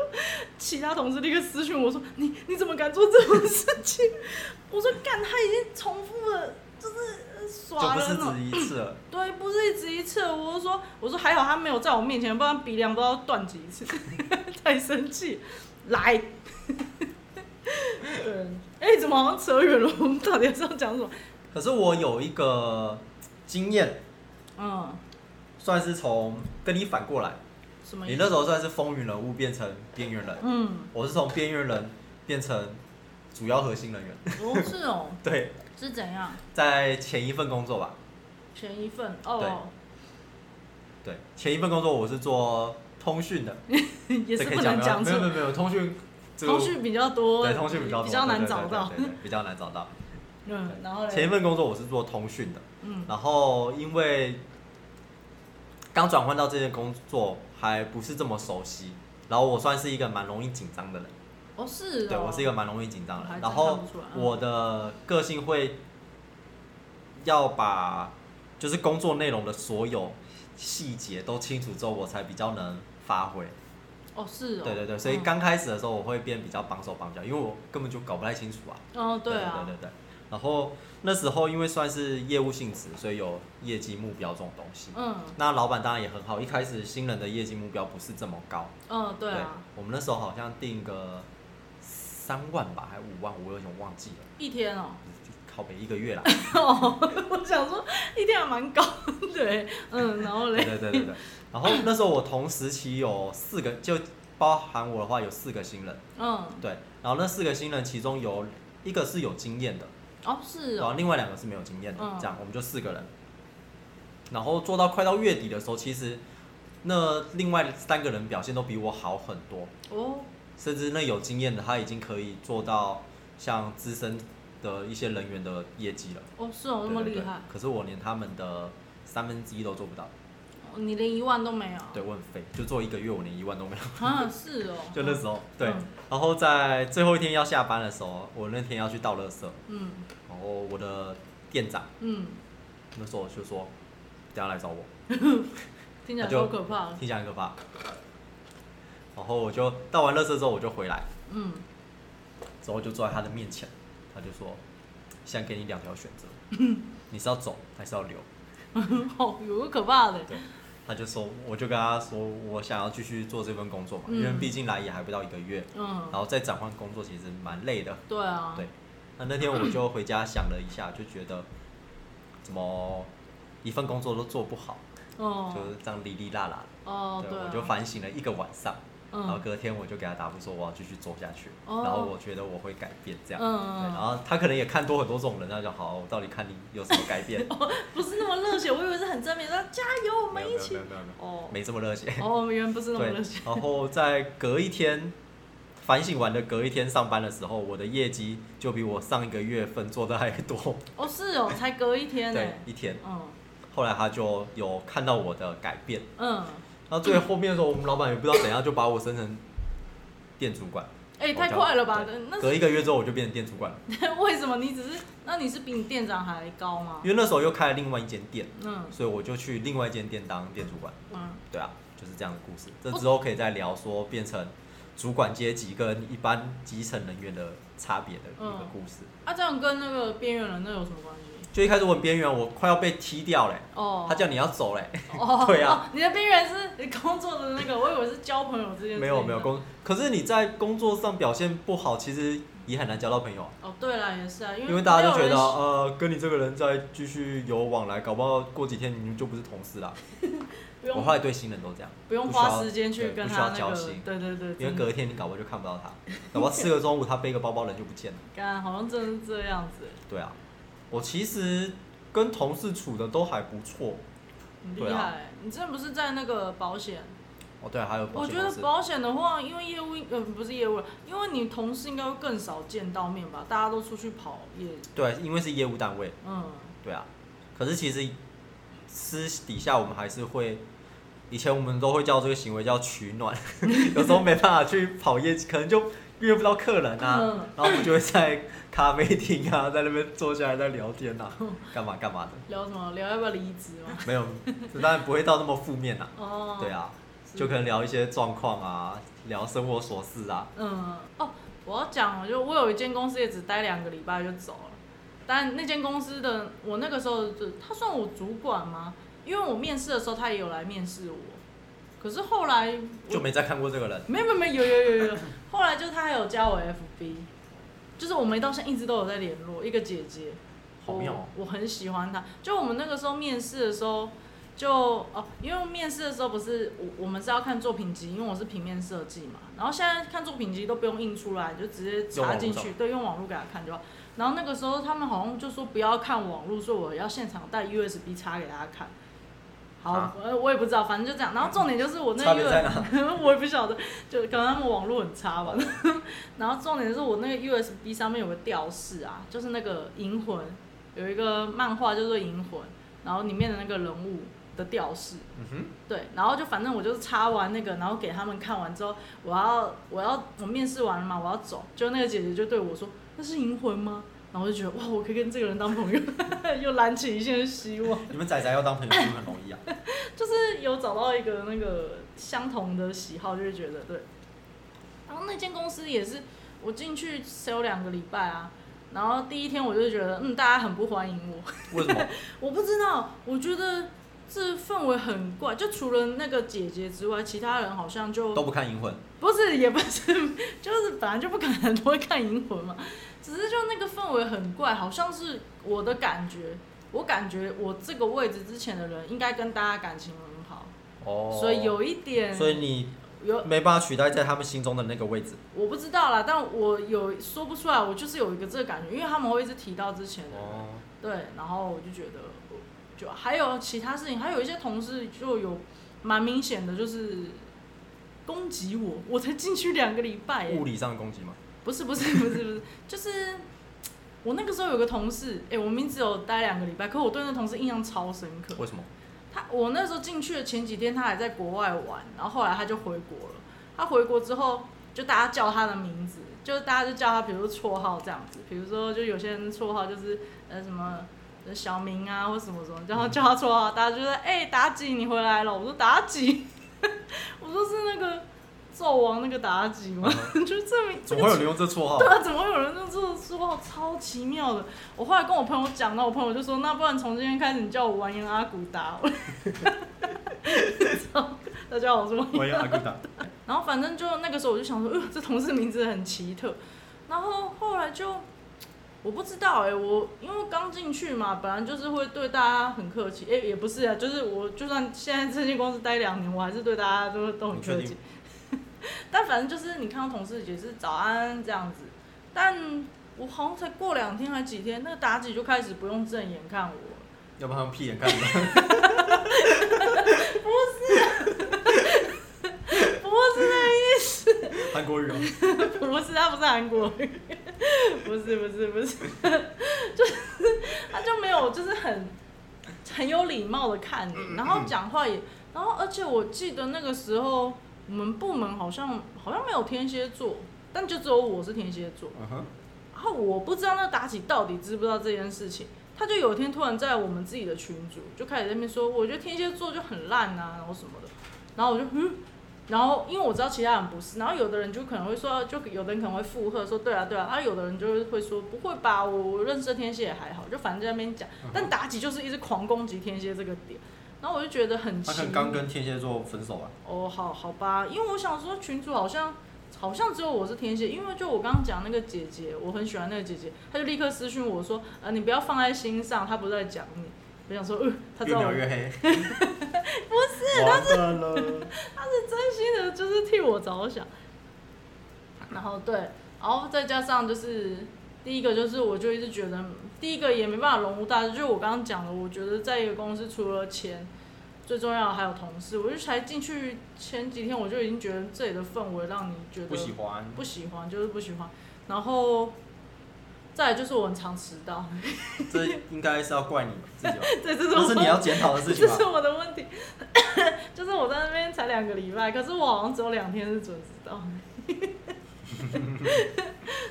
[SPEAKER 1] 其他同事立刻私讯我说：“你你怎么敢做这种事情？” 我说：“干，他已经重复了，就是呃
[SPEAKER 2] 就
[SPEAKER 1] 耍
[SPEAKER 2] 不
[SPEAKER 1] 了
[SPEAKER 2] 是
[SPEAKER 1] 那种
[SPEAKER 2] 只一次了。
[SPEAKER 1] 对，不是一次一次，我就说，我说还好他没有在我面前，不然鼻梁不知道断几次， 太生气，来。 对，哎、怎么好像扯远了？我们到底是要讲什么？
[SPEAKER 2] 可是我有一个经验，
[SPEAKER 1] 嗯，
[SPEAKER 2] 算是从跟你反过来，
[SPEAKER 1] 什么意
[SPEAKER 2] 你
[SPEAKER 1] 思？
[SPEAKER 2] 那时候算是风云人物变成边缘人，
[SPEAKER 1] 嗯，
[SPEAKER 2] 我是从边缘人变成主要核心人员。
[SPEAKER 1] 哦，是哦，
[SPEAKER 2] 对，
[SPEAKER 1] 是怎样？
[SPEAKER 2] 在前一份工作吧，
[SPEAKER 1] 前一份哦，
[SPEAKER 2] 对，前一份工作我是做通讯的，
[SPEAKER 1] 也是
[SPEAKER 2] 这可
[SPEAKER 1] 不
[SPEAKER 2] 以讲
[SPEAKER 1] 能
[SPEAKER 2] 吗
[SPEAKER 1] 讲
[SPEAKER 2] 没
[SPEAKER 1] 出
[SPEAKER 2] 有没，有没有通讯，这个
[SPEAKER 1] 通讯比较多，
[SPEAKER 2] 对通讯比较多
[SPEAKER 1] 比较难
[SPEAKER 2] 对对
[SPEAKER 1] 找
[SPEAKER 2] 对
[SPEAKER 1] 到
[SPEAKER 2] 对。对对比较难找到。
[SPEAKER 1] 嗯，然后嘞
[SPEAKER 2] 前一份工作我是做通讯的，
[SPEAKER 1] 嗯
[SPEAKER 2] 然后因为刚转换到这件工作还不是这么熟悉，然后我算是一个蛮容易紧张的人，
[SPEAKER 1] 哦是哦，
[SPEAKER 2] 对我是一个蛮容易紧张的
[SPEAKER 1] 还
[SPEAKER 2] 人，
[SPEAKER 1] 真
[SPEAKER 2] 然
[SPEAKER 1] 看
[SPEAKER 2] 后
[SPEAKER 1] 不出来嗯
[SPEAKER 2] 我的个性会要把就是工作内容的所有细节都清楚之后，我才比较能发挥。
[SPEAKER 1] 哦是哦，
[SPEAKER 2] 对对对，所以
[SPEAKER 1] 嗯
[SPEAKER 2] 刚开始的时候我会变比较绑手绑脚，因为我根本就搞不太清楚啊。
[SPEAKER 1] 哦对啊，
[SPEAKER 2] 对对对。然后那时候因为算是业务性质，所以有业绩目标这种东西。
[SPEAKER 1] 嗯
[SPEAKER 2] 那老板当然也很好，一开始新人的业绩目标不是这么高。
[SPEAKER 1] 嗯对啊，
[SPEAKER 2] 我们那时候好像定个三万吧，还五万，我有点忘记了，
[SPEAKER 1] 一天哦。
[SPEAKER 2] 靠北一 个月啦。
[SPEAKER 1] 哦，我想说一定还蛮高的欸，嗯，然后
[SPEAKER 2] 对
[SPEAKER 1] 嘞，
[SPEAKER 2] 对对对对。然后那时候我同时期有四个，就包含我的话有四个新人，
[SPEAKER 1] 嗯，
[SPEAKER 2] 对。然后那四个新人其中有一个是有经验的，
[SPEAKER 1] 哦是
[SPEAKER 2] 然后
[SPEAKER 1] 哦，
[SPEAKER 2] 另外两个是没有经验的，
[SPEAKER 1] 嗯
[SPEAKER 2] 这样我们就四个人。然后做到快到月底的时候，其实那另外三个人表现都比我好很多，
[SPEAKER 1] 哦
[SPEAKER 2] 甚至那有经验的他已经可以做到像资深的一些人员的业绩了。
[SPEAKER 1] 哦，是哦，那么
[SPEAKER 2] 对
[SPEAKER 1] 厉
[SPEAKER 2] 对对
[SPEAKER 1] 害，
[SPEAKER 2] 可是我连他们的三分之一都做不到，
[SPEAKER 1] 哦你连一万都没有。
[SPEAKER 2] 对我很废，就做一个月我连一万都没有。
[SPEAKER 1] 啊，是哦。
[SPEAKER 2] 就那时候，对
[SPEAKER 1] 嗯，
[SPEAKER 2] 然后在最后一天要下班的时候，我那天要去倒垃圾，
[SPEAKER 1] 嗯
[SPEAKER 2] 然后我的店长
[SPEAKER 1] 嗯，
[SPEAKER 2] 那时候就说，等一下来找我，
[SPEAKER 1] 听起来
[SPEAKER 2] 那就
[SPEAKER 1] 好可怕哦。
[SPEAKER 2] 听起来很可怕。然后我就倒完垃圾之后我就回来，
[SPEAKER 1] 嗯，
[SPEAKER 2] 之后就坐在他的面前，他就说，现在给你两条选 择，你是要走还是要留？
[SPEAKER 1] 好哦有个可怕的。欸
[SPEAKER 2] 对，他就说，我就跟他说，我想要继续做这份工作嘛，因为
[SPEAKER 1] 嗯
[SPEAKER 2] 毕竟来也还不到一个月，然
[SPEAKER 1] 嗯，
[SPEAKER 2] 后再转换工作其实蛮累的。
[SPEAKER 1] 对啊。
[SPEAKER 2] 对，那那天我就回家想了一下，就觉得怎么一份工作都做不好，就
[SPEAKER 1] 哦
[SPEAKER 2] 是这样哩哩啦啦的。
[SPEAKER 1] 哦，
[SPEAKER 2] 对，
[SPEAKER 1] 对啊。
[SPEAKER 2] 我就反省了一个晚上，然后
[SPEAKER 1] 嗯
[SPEAKER 2] 隔天我就给他答复说我要继续做下去，
[SPEAKER 1] 哦
[SPEAKER 2] 然后我觉得我会改变这样。对，然
[SPEAKER 1] 嗯，
[SPEAKER 2] 后他可能也看多很多这种人，他就好，我到底看你有什么改变？
[SPEAKER 1] 不是那么热血，我以为是很正面，说加油，我
[SPEAKER 2] 没
[SPEAKER 1] 们
[SPEAKER 2] 有没
[SPEAKER 1] 一
[SPEAKER 2] 有没
[SPEAKER 1] 起
[SPEAKER 2] 有。没有没有
[SPEAKER 1] 哦
[SPEAKER 2] 没这么热 血。
[SPEAKER 1] 哦，原来不是那么
[SPEAKER 2] 对
[SPEAKER 1] 热血。，
[SPEAKER 2] 然后在隔一天反省完的隔一天上班的时候，我的业绩就比我上一个月份做的还多，
[SPEAKER 1] 哦，是哦，才隔一天呢。
[SPEAKER 2] 对，一天。
[SPEAKER 1] 嗯
[SPEAKER 2] 后来他就有看到我的改变，
[SPEAKER 1] 嗯，
[SPEAKER 2] 然后最后面的时候，我们老板也不知道怎样就把我升成店主管。
[SPEAKER 1] 哎，
[SPEAKER 2] 我
[SPEAKER 1] 太
[SPEAKER 2] 就
[SPEAKER 1] 快了吧
[SPEAKER 2] 对？
[SPEAKER 1] 那
[SPEAKER 2] 隔一个月之后我就变成店主管了，
[SPEAKER 1] 是 为什么你只是？那你是比你店长还高吗
[SPEAKER 2] 因？为那时候又开了另外一间店，
[SPEAKER 1] 嗯
[SPEAKER 2] 所以我就去另外一间店当店主管。
[SPEAKER 1] 嗯，
[SPEAKER 2] 对啊，就是这样的故事。这之后可以再聊说变成主管阶级跟一般基层人员的差别的一个故事。
[SPEAKER 1] 啊，这样跟那个边缘人那有什么关系？
[SPEAKER 2] 就一开始我很边缘，我快要被踢掉嘞，
[SPEAKER 1] 哦，
[SPEAKER 2] 他叫你要走嘞，
[SPEAKER 1] 哦，
[SPEAKER 2] 对啊
[SPEAKER 1] 哦，你的边缘是你工作的那个，我以为是交朋友之间。
[SPEAKER 2] 没有没有。工，可是你在工作上表现不好，其实也很难交到朋友啊。
[SPEAKER 1] 哦，对啦，也是啊，因为
[SPEAKER 2] 因为大家就
[SPEAKER 1] 没
[SPEAKER 2] 觉
[SPEAKER 1] 有
[SPEAKER 2] 得，
[SPEAKER 1] 人
[SPEAKER 2] 呃，跟你这个人再继续有往来，搞不好过几天你们就不是同事啦。
[SPEAKER 1] 不
[SPEAKER 2] 我
[SPEAKER 1] 用
[SPEAKER 2] 后来对新人都这样，
[SPEAKER 1] 不用
[SPEAKER 2] 需要
[SPEAKER 1] 花时间去
[SPEAKER 2] 对
[SPEAKER 1] 跟
[SPEAKER 2] 不需要
[SPEAKER 1] 他那
[SPEAKER 2] 交
[SPEAKER 1] 个
[SPEAKER 2] 心，，
[SPEAKER 1] 对对对，
[SPEAKER 2] 因为
[SPEAKER 1] 真的
[SPEAKER 2] 隔一天你搞不好就 看不到他，搞不好吃个中午他背个包包人就不见了。
[SPEAKER 1] 干好像真的是这样子，
[SPEAKER 2] 对啊，我其实跟同事处的都还不错。
[SPEAKER 1] 很
[SPEAKER 2] 对
[SPEAKER 1] 厉
[SPEAKER 2] 啊
[SPEAKER 1] 害。你之前不是在那个保险？
[SPEAKER 2] 哦，对、啊，还有保
[SPEAKER 1] 我
[SPEAKER 2] 险
[SPEAKER 1] 觉
[SPEAKER 2] 公
[SPEAKER 1] 得
[SPEAKER 2] 司。
[SPEAKER 1] 保险的话，因为业务呃不是业务，因为你同事应该会更少见到面吧，大家都出去跑也
[SPEAKER 2] 对，因为是业务单位，
[SPEAKER 1] 嗯
[SPEAKER 2] 对啊。可是其实私底下我们还是会，以前我们都会叫这个行为叫取 暖，有时候没办法去跑业绩，可能就约不到客人啊，
[SPEAKER 1] 嗯
[SPEAKER 2] 然后我们就会在咖啡厅啊，在那边坐下来在聊天 啊，干嘛干嘛的。
[SPEAKER 1] 聊什么聊要不要离职嘛？
[SPEAKER 2] 没有，这当然不会到那么负面啊。
[SPEAKER 1] 哦，
[SPEAKER 2] 对啊，
[SPEAKER 1] 是
[SPEAKER 2] 就可能聊一些状况啊，聊生活琐事啊。
[SPEAKER 1] 嗯，哦，我要讲哦，就我有一间公司也只待两个礼拜就走了，但那间公司的我那个时候就他算我主管吗？因为我面试的时候他也有来面试我，可是后来我
[SPEAKER 2] 就没再看过这个人。
[SPEAKER 1] 没有没有没有有有有 有，后来就他还有加我 FB，就是我们到现在一直都有在联络，一个姐姐，
[SPEAKER 2] 好妙哦
[SPEAKER 1] 我，我很喜欢她。就我们那个时候面试的时候，就哦，因为面试的时候不是我我们是要看作品集，因为我是平面设计嘛，然后现在看作品集都不用印出来，就直接插进
[SPEAKER 2] 用网络
[SPEAKER 1] 去，对，用网络给他看就好。然后那个时候他们好像就说不要看网络，说我要现场带 USB 插给大家看。好
[SPEAKER 2] 啊，
[SPEAKER 1] 呃、我也不知道，反正就这样。然后重点就是我那
[SPEAKER 2] 差
[SPEAKER 1] 个
[SPEAKER 2] 别在哪
[SPEAKER 1] 我也不晓得，就可能他们网络很差吧。 然后重点是我那个 USB 上面有个吊饰啊，就是那个银魂，有一个漫画叫做《银魂》，然后里面的那个人物的吊饰，
[SPEAKER 2] 嗯哼，
[SPEAKER 1] 对，然后就反正我就是插完那个，然后给他们看完之后，我要我要我面试完了嘛，我要走，就那个姐姐就对我说：“那是银魂吗？”然后我就觉得哇，我可以跟这个人当朋友， 又燃起一线希望，
[SPEAKER 2] 你们仔仔要当朋友是不是很容 易啊？
[SPEAKER 1] 就是有找到一个那个相同的喜好，就会觉得对。然后那间公司也是我进去只有两个礼拜啊，然后第一天我就觉得嗯，大家很不欢迎我，
[SPEAKER 2] 为什么？
[SPEAKER 1] 我不知道，我觉得这氛围很怪，就除了那个姐姐之外，其他人好像就
[SPEAKER 2] 都不看银魂，
[SPEAKER 1] 不是也不是， 就是本来就不可能都会看银魂嘛，只是就那个氛围很怪，好像是我的感觉，我感觉我这个位置之前的人应该跟大家感情很好，
[SPEAKER 2] 哦，
[SPEAKER 1] 所以，有一点，
[SPEAKER 2] 所以你
[SPEAKER 1] 有
[SPEAKER 2] 没办法取代在他们心中的那个位置。
[SPEAKER 1] 我不知道啦，但我有说不出来，我就是有一个这个感觉，因为他们会一直提到之前的人。
[SPEAKER 2] 哦，
[SPEAKER 1] 对，然后我就觉得，哦就还有其他事情，还有一些同事就有蛮明显的，就是攻击我，我才进去两个礼拜耶，
[SPEAKER 2] 物理上的攻击嘛，
[SPEAKER 1] 不是不是不是不 是，就是我那个时候有个同事，哎、我明明只有待两个礼拜，可我对那同事印象超深刻。
[SPEAKER 2] 为 什么？
[SPEAKER 1] 他我那时候进去的前几天，他还在国外玩，然后后来他就回国了。他回国之后，就大家叫他的名字，就是大家就叫他，比如说绰号这样子，比如说就有些人绰号就是呃什么。呃小明啊，或什么什么，然后叫他绰号，大家就说：“哎、妲己，你回来了。”我说：“妲己， 我说是那个纣王那个妲己吗？” 就证明这
[SPEAKER 2] 怎
[SPEAKER 1] 个
[SPEAKER 2] 嗯么会有人用这绰号
[SPEAKER 1] 对？啊，怎么会有人用这种说话？超奇妙的。我后来跟我朋友讲，然后我朋友就说：“那不然从今天开始，你叫我完颜阿骨达。” 他叫我什么？
[SPEAKER 2] 我也阿古达，
[SPEAKER 1] 然后反正就那个时候我就想说，呃，这同事名字很奇特。然后后来就我不知道哎、我因为刚进去嘛，本来就是会对大家很客气。哎、也不是啊，就是我就算现在这间公司待两年，我还是对大家都都很
[SPEAKER 2] 你确
[SPEAKER 1] 客
[SPEAKER 2] 定
[SPEAKER 1] 气。 但反正就是你看到同事也是早安这样子，但我好像才过两天还几天，那个妲己就开始不用正眼看我了。
[SPEAKER 2] 要不然他们屁眼看你 们。
[SPEAKER 1] 不是那个意思，
[SPEAKER 2] 韩国语哦，
[SPEAKER 1] 不是他不是韩国人， 不是不是不 是，就是他就没有就是很很有礼貌的看你，然后讲话也，然后而且我记得那个时候我们部门好像好像没有天蝎座，但就只有我是天蝎座，
[SPEAKER 2] 嗯哼，
[SPEAKER 1] 然后我不知道那妲己到底知不知道这件事情，他就有一天突然在我们自己的群组就开始在那边说，我觉得天蝎座就很烂啊，然后什么的，然后我就嗯，然后因为我知道其他人不是，然后有的人就可能会说，就有的人可能会附和说对啊对啊，然后有的人就会说不会吧，我我认识的天蝎也还好，就反正在那边
[SPEAKER 2] 嗯
[SPEAKER 1] 讲，但妲己就是一直狂攻击天蝎这个点，然后我就觉得很
[SPEAKER 2] 他
[SPEAKER 1] 奇
[SPEAKER 2] 可能
[SPEAKER 1] 妙
[SPEAKER 2] 刚。跟天蝎座分手啊。
[SPEAKER 1] 哦，好好吧，因为我想说群主好像好像只有我是天蝎，因为就我刚刚讲那个姐姐，我很喜欢那个姐姐，她就立刻私讯我说，呃，你不要放在心上，她不是在讲你。我想说，呃，她知
[SPEAKER 2] 越
[SPEAKER 1] 道我
[SPEAKER 2] 描越黑。 不是，完蛋 了。
[SPEAKER 1] 他是真心的，就是替我着想。然后对，然后再加上就是第一个就是我就一直觉得，嗯第一个也没办法融入大家，就是我刚刚讲的，我觉得在一个公司除了钱，最重要的还有同事。我就才进去前几天，我就已经觉得这里的氛围让你觉得
[SPEAKER 2] 不喜欢。
[SPEAKER 1] 不喜欢，就是不喜欢。然后再来就是我很常迟到，
[SPEAKER 2] 这应该是要怪你自己吧？
[SPEAKER 1] 对，这是
[SPEAKER 2] 这
[SPEAKER 1] 我
[SPEAKER 2] 是你要检讨的事情
[SPEAKER 1] 这
[SPEAKER 2] 吧
[SPEAKER 1] 是？我的问题， 就是我在那边才两个礼拜，可是我好像只有两天是准时到。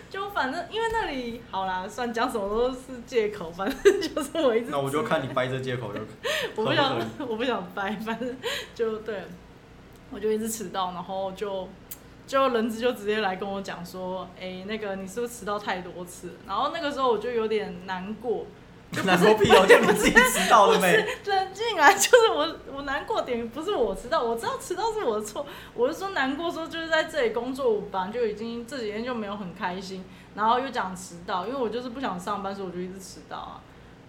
[SPEAKER 1] 就反正因为那里好啦，算讲什么都是借口，反正就是我一直
[SPEAKER 2] 那我就看你掰这借口就。
[SPEAKER 1] 我不
[SPEAKER 2] 合
[SPEAKER 1] 想
[SPEAKER 2] 理
[SPEAKER 1] 我不想掰，反正就对，我就一直迟到，然后就就人资就直接来跟我讲说，哎、那个你是不是迟到太多次？然后那个时候我就有点难过，
[SPEAKER 2] 难说屁哦，就你自己知道了没？
[SPEAKER 1] 冷静啊！就是我，我难过点不是我迟到，我知道迟到是我的错，我是说难过说就是在这里工作，我本来就已经这几天就没有很开心，然后又讲迟到，因为我就是不想上班，所以我就一直迟到啊。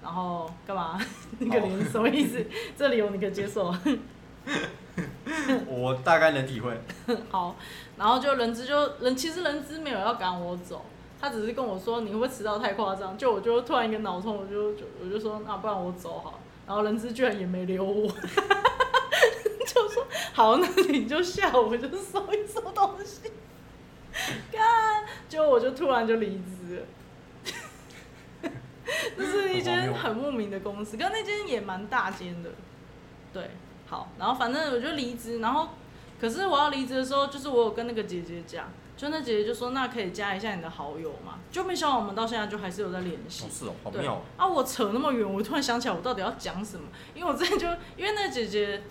[SPEAKER 1] 然后干嘛？ 那个脸什么意思？ 这里有你可以接受啊。
[SPEAKER 2] 我大概能体会。哦
[SPEAKER 1] 好，然后就人资就人，其实人资没有要赶我走，他只是跟我说你会不会迟到太夸张，就我就突然一个脑痛，我就就我就说那不然我走好了，然后人资居然也没留我， 就说好，那你就下午就收一收东西，干，结果我就突然就离职了。 这是一间很莫名的公司，跟那间也蛮大间的，对，好，然后反正我就离职，然后可是我要离职的时候，就是我有跟那个姐姐讲，就那姐姐就说那可以加一下你的好友嘛，就没想到我们到现在就还是有在联系
[SPEAKER 2] 哦，。是哦，好
[SPEAKER 1] 对
[SPEAKER 2] 妙哦。
[SPEAKER 1] 啊！我扯那么远，我突然想起来我到底要讲什么，因为我之前就因为那姐姐，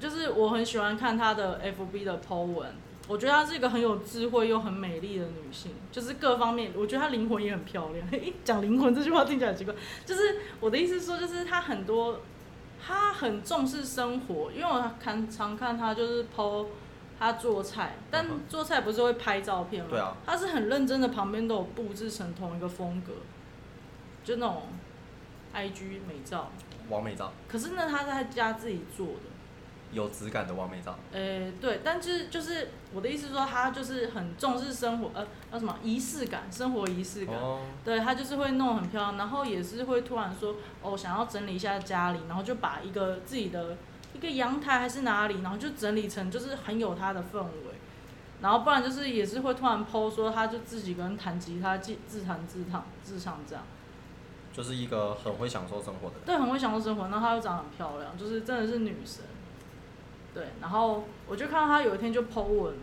[SPEAKER 1] 就是我很喜欢看她的 FB 的 po 文，我觉得她是一个很有智慧又很美丽的女性，就是各方面，我觉得她灵魂也很漂亮。 一讲灵魂这句话听起来很奇怪，就是我的意思是说，就是她很多，她很重视生活，因为我看常看她就是 po。她做菜，但
[SPEAKER 2] 嗯哼
[SPEAKER 1] 做菜不是会拍照片吗？
[SPEAKER 2] 对啊
[SPEAKER 1] 她是很认真的，旁边都有布置成同一个风格。就那种 IG 美照，
[SPEAKER 2] 完美照，
[SPEAKER 1] 可是呢，他在家自己做的，
[SPEAKER 2] 有质感的完美照。
[SPEAKER 1] 呃、对，但是就是我的意思是说，他就是很重视生活，呃，叫什么仪式感，生活仪式感，
[SPEAKER 2] 哦，
[SPEAKER 1] 对他就是会弄得很漂亮，然后也是会突然说，哦，想要整理一下家里，然后就把一个自己的一个阳台还是哪里，然后就整理成就是很有他的氛围，然后不然就是也是会突然 PO 说他就自己一个人弹吉他，自自弹自唱自唱这样，
[SPEAKER 2] 就是一个很会享受生活的人。
[SPEAKER 1] 对，很会享受生活。那她又长得很漂亮，就是真的是女神。对，然后我就看到她有一天就 PO 文，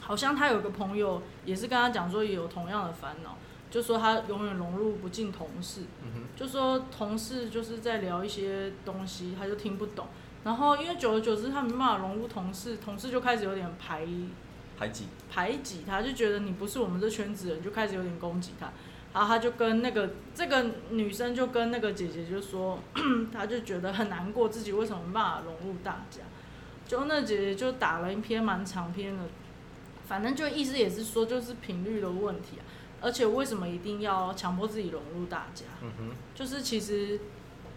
[SPEAKER 1] 好像她有个朋友也是跟她讲说也有同样的烦恼，就说她永远融入不进同事，
[SPEAKER 3] 嗯哼，
[SPEAKER 1] 就说同事就是在聊一些东西，他就听不懂。然后因为久而久之，他没办法融入同事，同事就开始有点排
[SPEAKER 2] 排挤，
[SPEAKER 1] 排挤他，就觉得你不是我们这圈子人，就开始有点攻击他。然后他就跟那个这个女生就跟那个姐姐就说， 她就觉得很难过，自己为什么没办法融入大家。就那姐姐就打了一篇蛮长篇的，反正就意思也是说，就是频率的问题啊，而且为什么一定要强迫自己融入大家？
[SPEAKER 3] 嗯哼，
[SPEAKER 1] 就是其实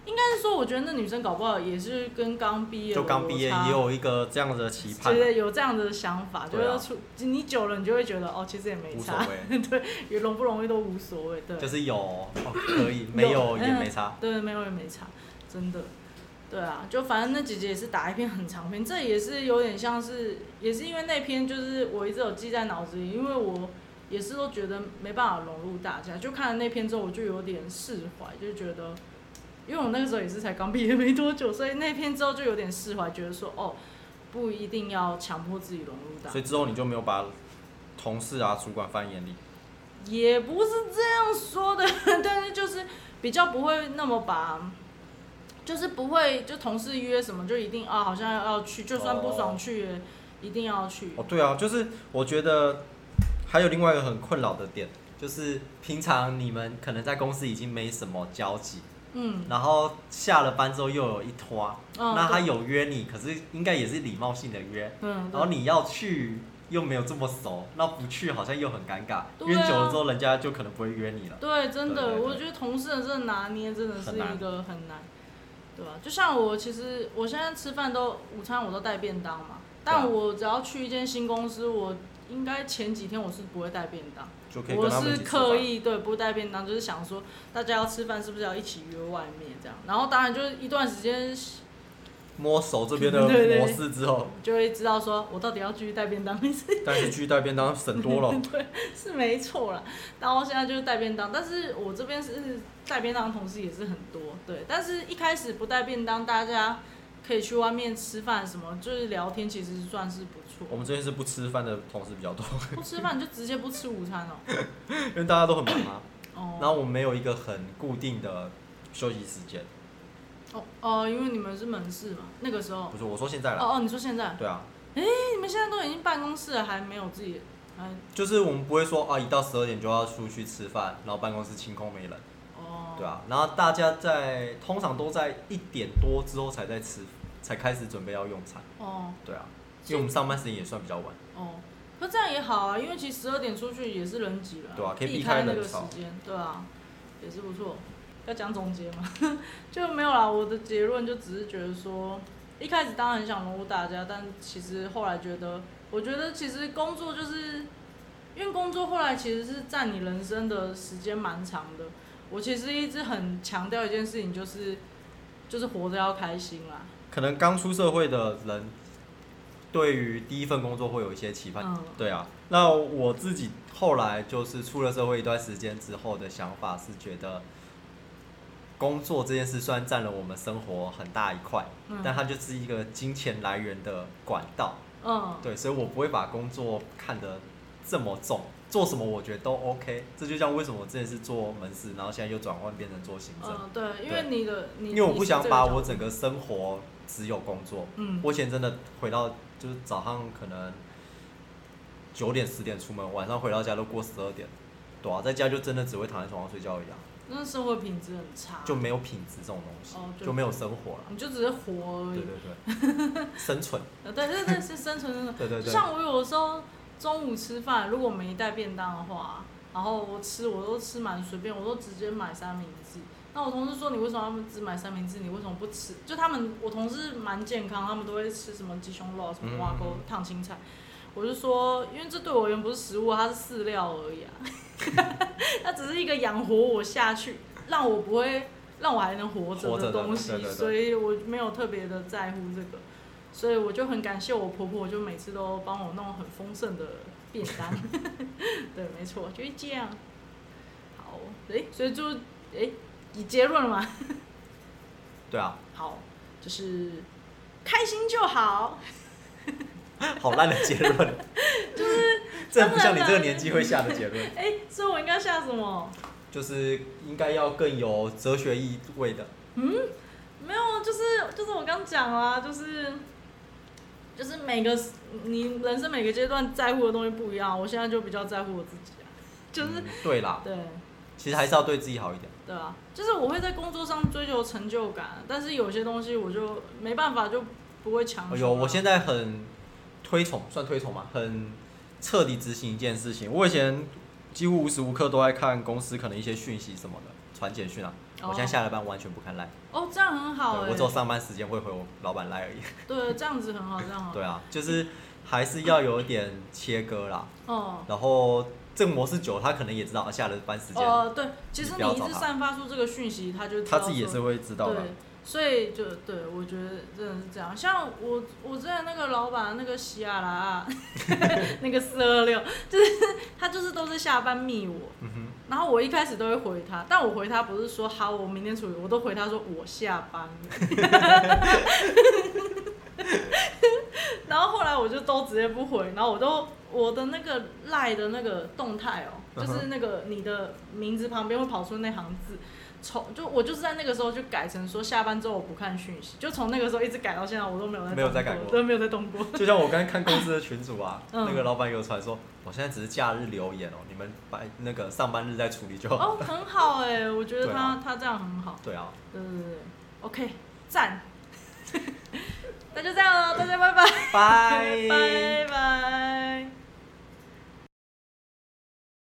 [SPEAKER 1] 应该是说，我觉得那女生搞不好也是跟刚毕业
[SPEAKER 3] 就刚毕业也
[SPEAKER 1] 有
[SPEAKER 3] 有一个这样子的期
[SPEAKER 1] 差
[SPEAKER 3] 盼
[SPEAKER 2] 啊
[SPEAKER 1] 觉，得有这样的想法，就
[SPEAKER 3] 啊对啊
[SPEAKER 1] 是出你久了你就会觉得哦，其实也没
[SPEAKER 2] 无所
[SPEAKER 1] 差，
[SPEAKER 2] 谓，
[SPEAKER 1] 也容不容易都无所谓，对，
[SPEAKER 3] 就是有、哦、可以，没有
[SPEAKER 1] 嗯
[SPEAKER 3] 也没差。
[SPEAKER 1] 对，没有也没差，真的。对啊，就反正那姐姐也是打一篇很长篇，这也是有点像是，也是因为那篇就是我一直有记在脑子里，因为我也是都觉得没办法融入大家，就看了那篇之后我就有点释怀，就觉得，因为我那个时候也是才刚毕业没多久，所以那篇之后就有点释怀，觉得说哦，不一定要强迫自己融入大家
[SPEAKER 2] 所以，之后你就没有把同事啊、主管放在眼里。
[SPEAKER 1] 也不是这样说的， 但是就是比较不会那么把，就是不会就同事约什么就一定啊，好像要去，就算不爽去也一定要去。
[SPEAKER 2] 哦，对啊，就是我觉得还有另外一个很困扰的点，
[SPEAKER 3] 就是平常你们可能在公司已经没什么交集，
[SPEAKER 1] 嗯，
[SPEAKER 3] 然后下了班之后又有一拖，
[SPEAKER 1] 嗯
[SPEAKER 3] 那他
[SPEAKER 1] 对
[SPEAKER 3] 有约你，可是应该也是礼貌性的约，
[SPEAKER 1] 嗯，
[SPEAKER 2] 哦
[SPEAKER 3] 然后你要去又没有这么熟，那不去好像又很尴尬，
[SPEAKER 1] 对啊
[SPEAKER 3] 约久了之后人家就可能不会约你了。
[SPEAKER 1] 对，真的，
[SPEAKER 2] 对对对
[SPEAKER 1] 我觉得同事的这个拿捏真的是
[SPEAKER 2] 很难
[SPEAKER 1] 一个很难，对吧、就像我其实我现在吃饭都午餐我都带便当嘛，但我只要去一间新公司，我应该前几天我是不会带便当。
[SPEAKER 2] 就可以
[SPEAKER 1] 我
[SPEAKER 2] 跟他们一
[SPEAKER 1] 是
[SPEAKER 2] 起吃
[SPEAKER 1] 刻
[SPEAKER 2] 饭。
[SPEAKER 1] 意对不带便当，就是想说大家要吃饭是不是要一起约外面这样？然后当然就是一段时间
[SPEAKER 2] 摸熟这边 的
[SPEAKER 1] 对对对
[SPEAKER 2] 模式之后，
[SPEAKER 1] 就会知道说哦我到底要继续带便当还是
[SPEAKER 2] 但是去带便当省多了。
[SPEAKER 1] 是没错啦。然后现在就是带便当，但是我这边是带便当的同事也是很多，对。但是一开始不带便当，大家可以去外面吃饭什么，就是聊天，其实算是不
[SPEAKER 2] 我
[SPEAKER 1] 错。
[SPEAKER 2] 们这边是不吃饭的同事比较 多，
[SPEAKER 1] 不吃饭你就直接不吃午餐哦。
[SPEAKER 2] 因为大家都很忙啊。
[SPEAKER 1] 哦，
[SPEAKER 2] 然后我们没有一个很固定的休息时间，
[SPEAKER 1] 哦哦，因为你们是门市嘛，那个时候。
[SPEAKER 2] 不是我说现在啦，
[SPEAKER 1] 哦哦，你说现在？
[SPEAKER 2] 对啊，
[SPEAKER 1] 哎你们现在都已经办公室了，还没有自己，还
[SPEAKER 2] 就是我们不会说啊，一到十二点就要出去吃饭，然后办公室清空没人，
[SPEAKER 1] 哦，
[SPEAKER 2] 对啊，然后大家在通常都在一点多之后才在吃，才开始准备要用餐，
[SPEAKER 1] 哦
[SPEAKER 2] 对啊，因
[SPEAKER 1] 所以
[SPEAKER 2] 为我们上班时间也算比较晚，
[SPEAKER 1] 哦，可这样也好啊，因为其实十二点出去也是人挤了，
[SPEAKER 2] 对啊可以避
[SPEAKER 1] 避
[SPEAKER 2] 开
[SPEAKER 1] 那个
[SPEAKER 2] 人
[SPEAKER 1] 时
[SPEAKER 2] 潮
[SPEAKER 1] 间，对啊，也是不错。要讲总结吗？ 就没有啦，我的结论就只是觉得说，一开始当然很想融入大家，但其实后来觉得，我觉得其实工作就是，因为工作后来其实是占你人生的时间蛮长的。我其实一直很强调一件事情，就是就是活着要开心啦。
[SPEAKER 2] 可能刚出社会的人，对于第一份工作会有一些期盼，
[SPEAKER 1] 嗯
[SPEAKER 2] 对啊，那我自己后来就是出了社会一段时间之后的想法是觉得，工作这件事虽然占了我们生活很大一块，
[SPEAKER 1] 嗯
[SPEAKER 2] 但它就是一个金钱来源的管道，
[SPEAKER 1] 嗯，
[SPEAKER 2] 对，所以我不会把工作看得这么重，做什么我觉得都 OK。这就像为什么我之前是做门市，然后现在又转换变成做行政，
[SPEAKER 1] 嗯，对，因为你的你，
[SPEAKER 2] 因为我不想把我整
[SPEAKER 1] 个，
[SPEAKER 2] 个生活只有工作。
[SPEAKER 1] 嗯，
[SPEAKER 2] 我以前真的回到就是早上可能九点十点出门，晚上回到家都过十二点，对啊，在家就真的只会躺在床上睡觉一样，
[SPEAKER 1] 那生活品质很差，
[SPEAKER 2] 就没有品质这种东西，
[SPEAKER 1] 啊哦对
[SPEAKER 2] 就没有生活了。
[SPEAKER 1] 你就只是活而
[SPEAKER 2] 对
[SPEAKER 1] 已。
[SPEAKER 2] 对对， 生存，
[SPEAKER 1] 呃对对对，是生存生存。
[SPEAKER 2] 对对
[SPEAKER 1] 就
[SPEAKER 2] 对，
[SPEAKER 1] 像我有的时候中午吃饭，如果没带便当的话，然后我吃我都吃蛮随便，我都直接买三明治。那我同事说你为什么要只买三明治？你为什么不吃？就他们我同事蛮健康，他们都会吃什么鸡胸肉、啊什么挖沟
[SPEAKER 2] 嗯、
[SPEAKER 1] 烫青菜。我就说，因为这对我而言不是食物啊，它是饲料而已啊。它只是一个养活我下去，让我不会让我还能活着
[SPEAKER 2] 活着
[SPEAKER 1] 的
[SPEAKER 2] 的
[SPEAKER 1] 东西，
[SPEAKER 2] 对对对
[SPEAKER 1] 所以我没有特别的在乎这个。所以我就很感谢我婆婆，就每次都帮我弄很丰盛的便当。 对，没错，就是这样。好，诶，所以就诶，你结论了吗？
[SPEAKER 2] 对啊，
[SPEAKER 1] 好，就是开心就好。
[SPEAKER 2] 好烂的结论， 就是 这不像你这个年纪会下的结论，
[SPEAKER 1] 哎、所以我应该下什么？
[SPEAKER 2] 就是应该要更有哲学意味的。
[SPEAKER 1] 没有，啊就是就是我刚讲啦，就是就是每个你人生每个阶段在乎的东西不一样。我现在就比较在乎我自己啊，就是、
[SPEAKER 2] 嗯对啦，
[SPEAKER 1] 对
[SPEAKER 2] 其实还是要对自己好一点。
[SPEAKER 1] 对啊，就是我会在工作上追求成就感，但是有些东西我就没办法，就不会强求啊。
[SPEAKER 2] 哎呦，我现在很推崇，算推崇嘛，很彻底执行一件事情。我以前几乎无时无刻都在看公司可能一些讯息什么的，传简讯啊。我现在下了班完全不看赖、
[SPEAKER 1] 哦，这样很好哎、
[SPEAKER 2] 对我只有上班时间会回我老板赖而已。
[SPEAKER 1] 对，这样子很好，这样好。
[SPEAKER 2] 对啊，就是还是要有一点切割啦。
[SPEAKER 1] 哦
[SPEAKER 2] 然后这个模式久，了，他可能也知道啊下了班时间，
[SPEAKER 1] 哦，对，其实
[SPEAKER 2] 你
[SPEAKER 1] 你
[SPEAKER 2] 不要
[SPEAKER 1] 一
[SPEAKER 2] 找
[SPEAKER 1] 直
[SPEAKER 2] 他
[SPEAKER 1] 散发出这个讯息，他就知
[SPEAKER 2] 他
[SPEAKER 1] 道
[SPEAKER 2] 自己也
[SPEAKER 1] 说
[SPEAKER 2] 是会知道的
[SPEAKER 1] 对。，所以就对我觉得真的是这样。像我我之前那个老板那个喜亚拉啊， 那个四二六，就是他就是都是下班密我，
[SPEAKER 2] 嗯哼，
[SPEAKER 1] 然后我一开始都会回他，但我回他不是说好我明天处理，我都回他说我下 班了。然后后来我就都直接不回，然后我都我的那个赖的那个动态哦，就
[SPEAKER 2] 嗯
[SPEAKER 1] 是
[SPEAKER 2] 哼
[SPEAKER 1] 那个你的名字旁边会跑出那行字，从就我就是在那个时候就改成说下班之后我不看讯息，就从那个时候一直改到现在，我都没有在
[SPEAKER 2] 没有
[SPEAKER 1] 动
[SPEAKER 2] 再改过
[SPEAKER 1] 都没有在动过。
[SPEAKER 2] 就像我刚才看公司的群主啊，
[SPEAKER 1] 嗯
[SPEAKER 2] 那个老板有传说，我现在只是假日留言哦，你们把那个上班日再处理就好。
[SPEAKER 1] 哦，很好哎、我觉得
[SPEAKER 2] 对
[SPEAKER 1] 他、
[SPEAKER 2] 啊
[SPEAKER 1] 他这样很好。
[SPEAKER 2] 对啊，
[SPEAKER 1] 对对对对，OK，赞。 那就这样了，大家拜拜，
[SPEAKER 2] 拜
[SPEAKER 1] 拜拜。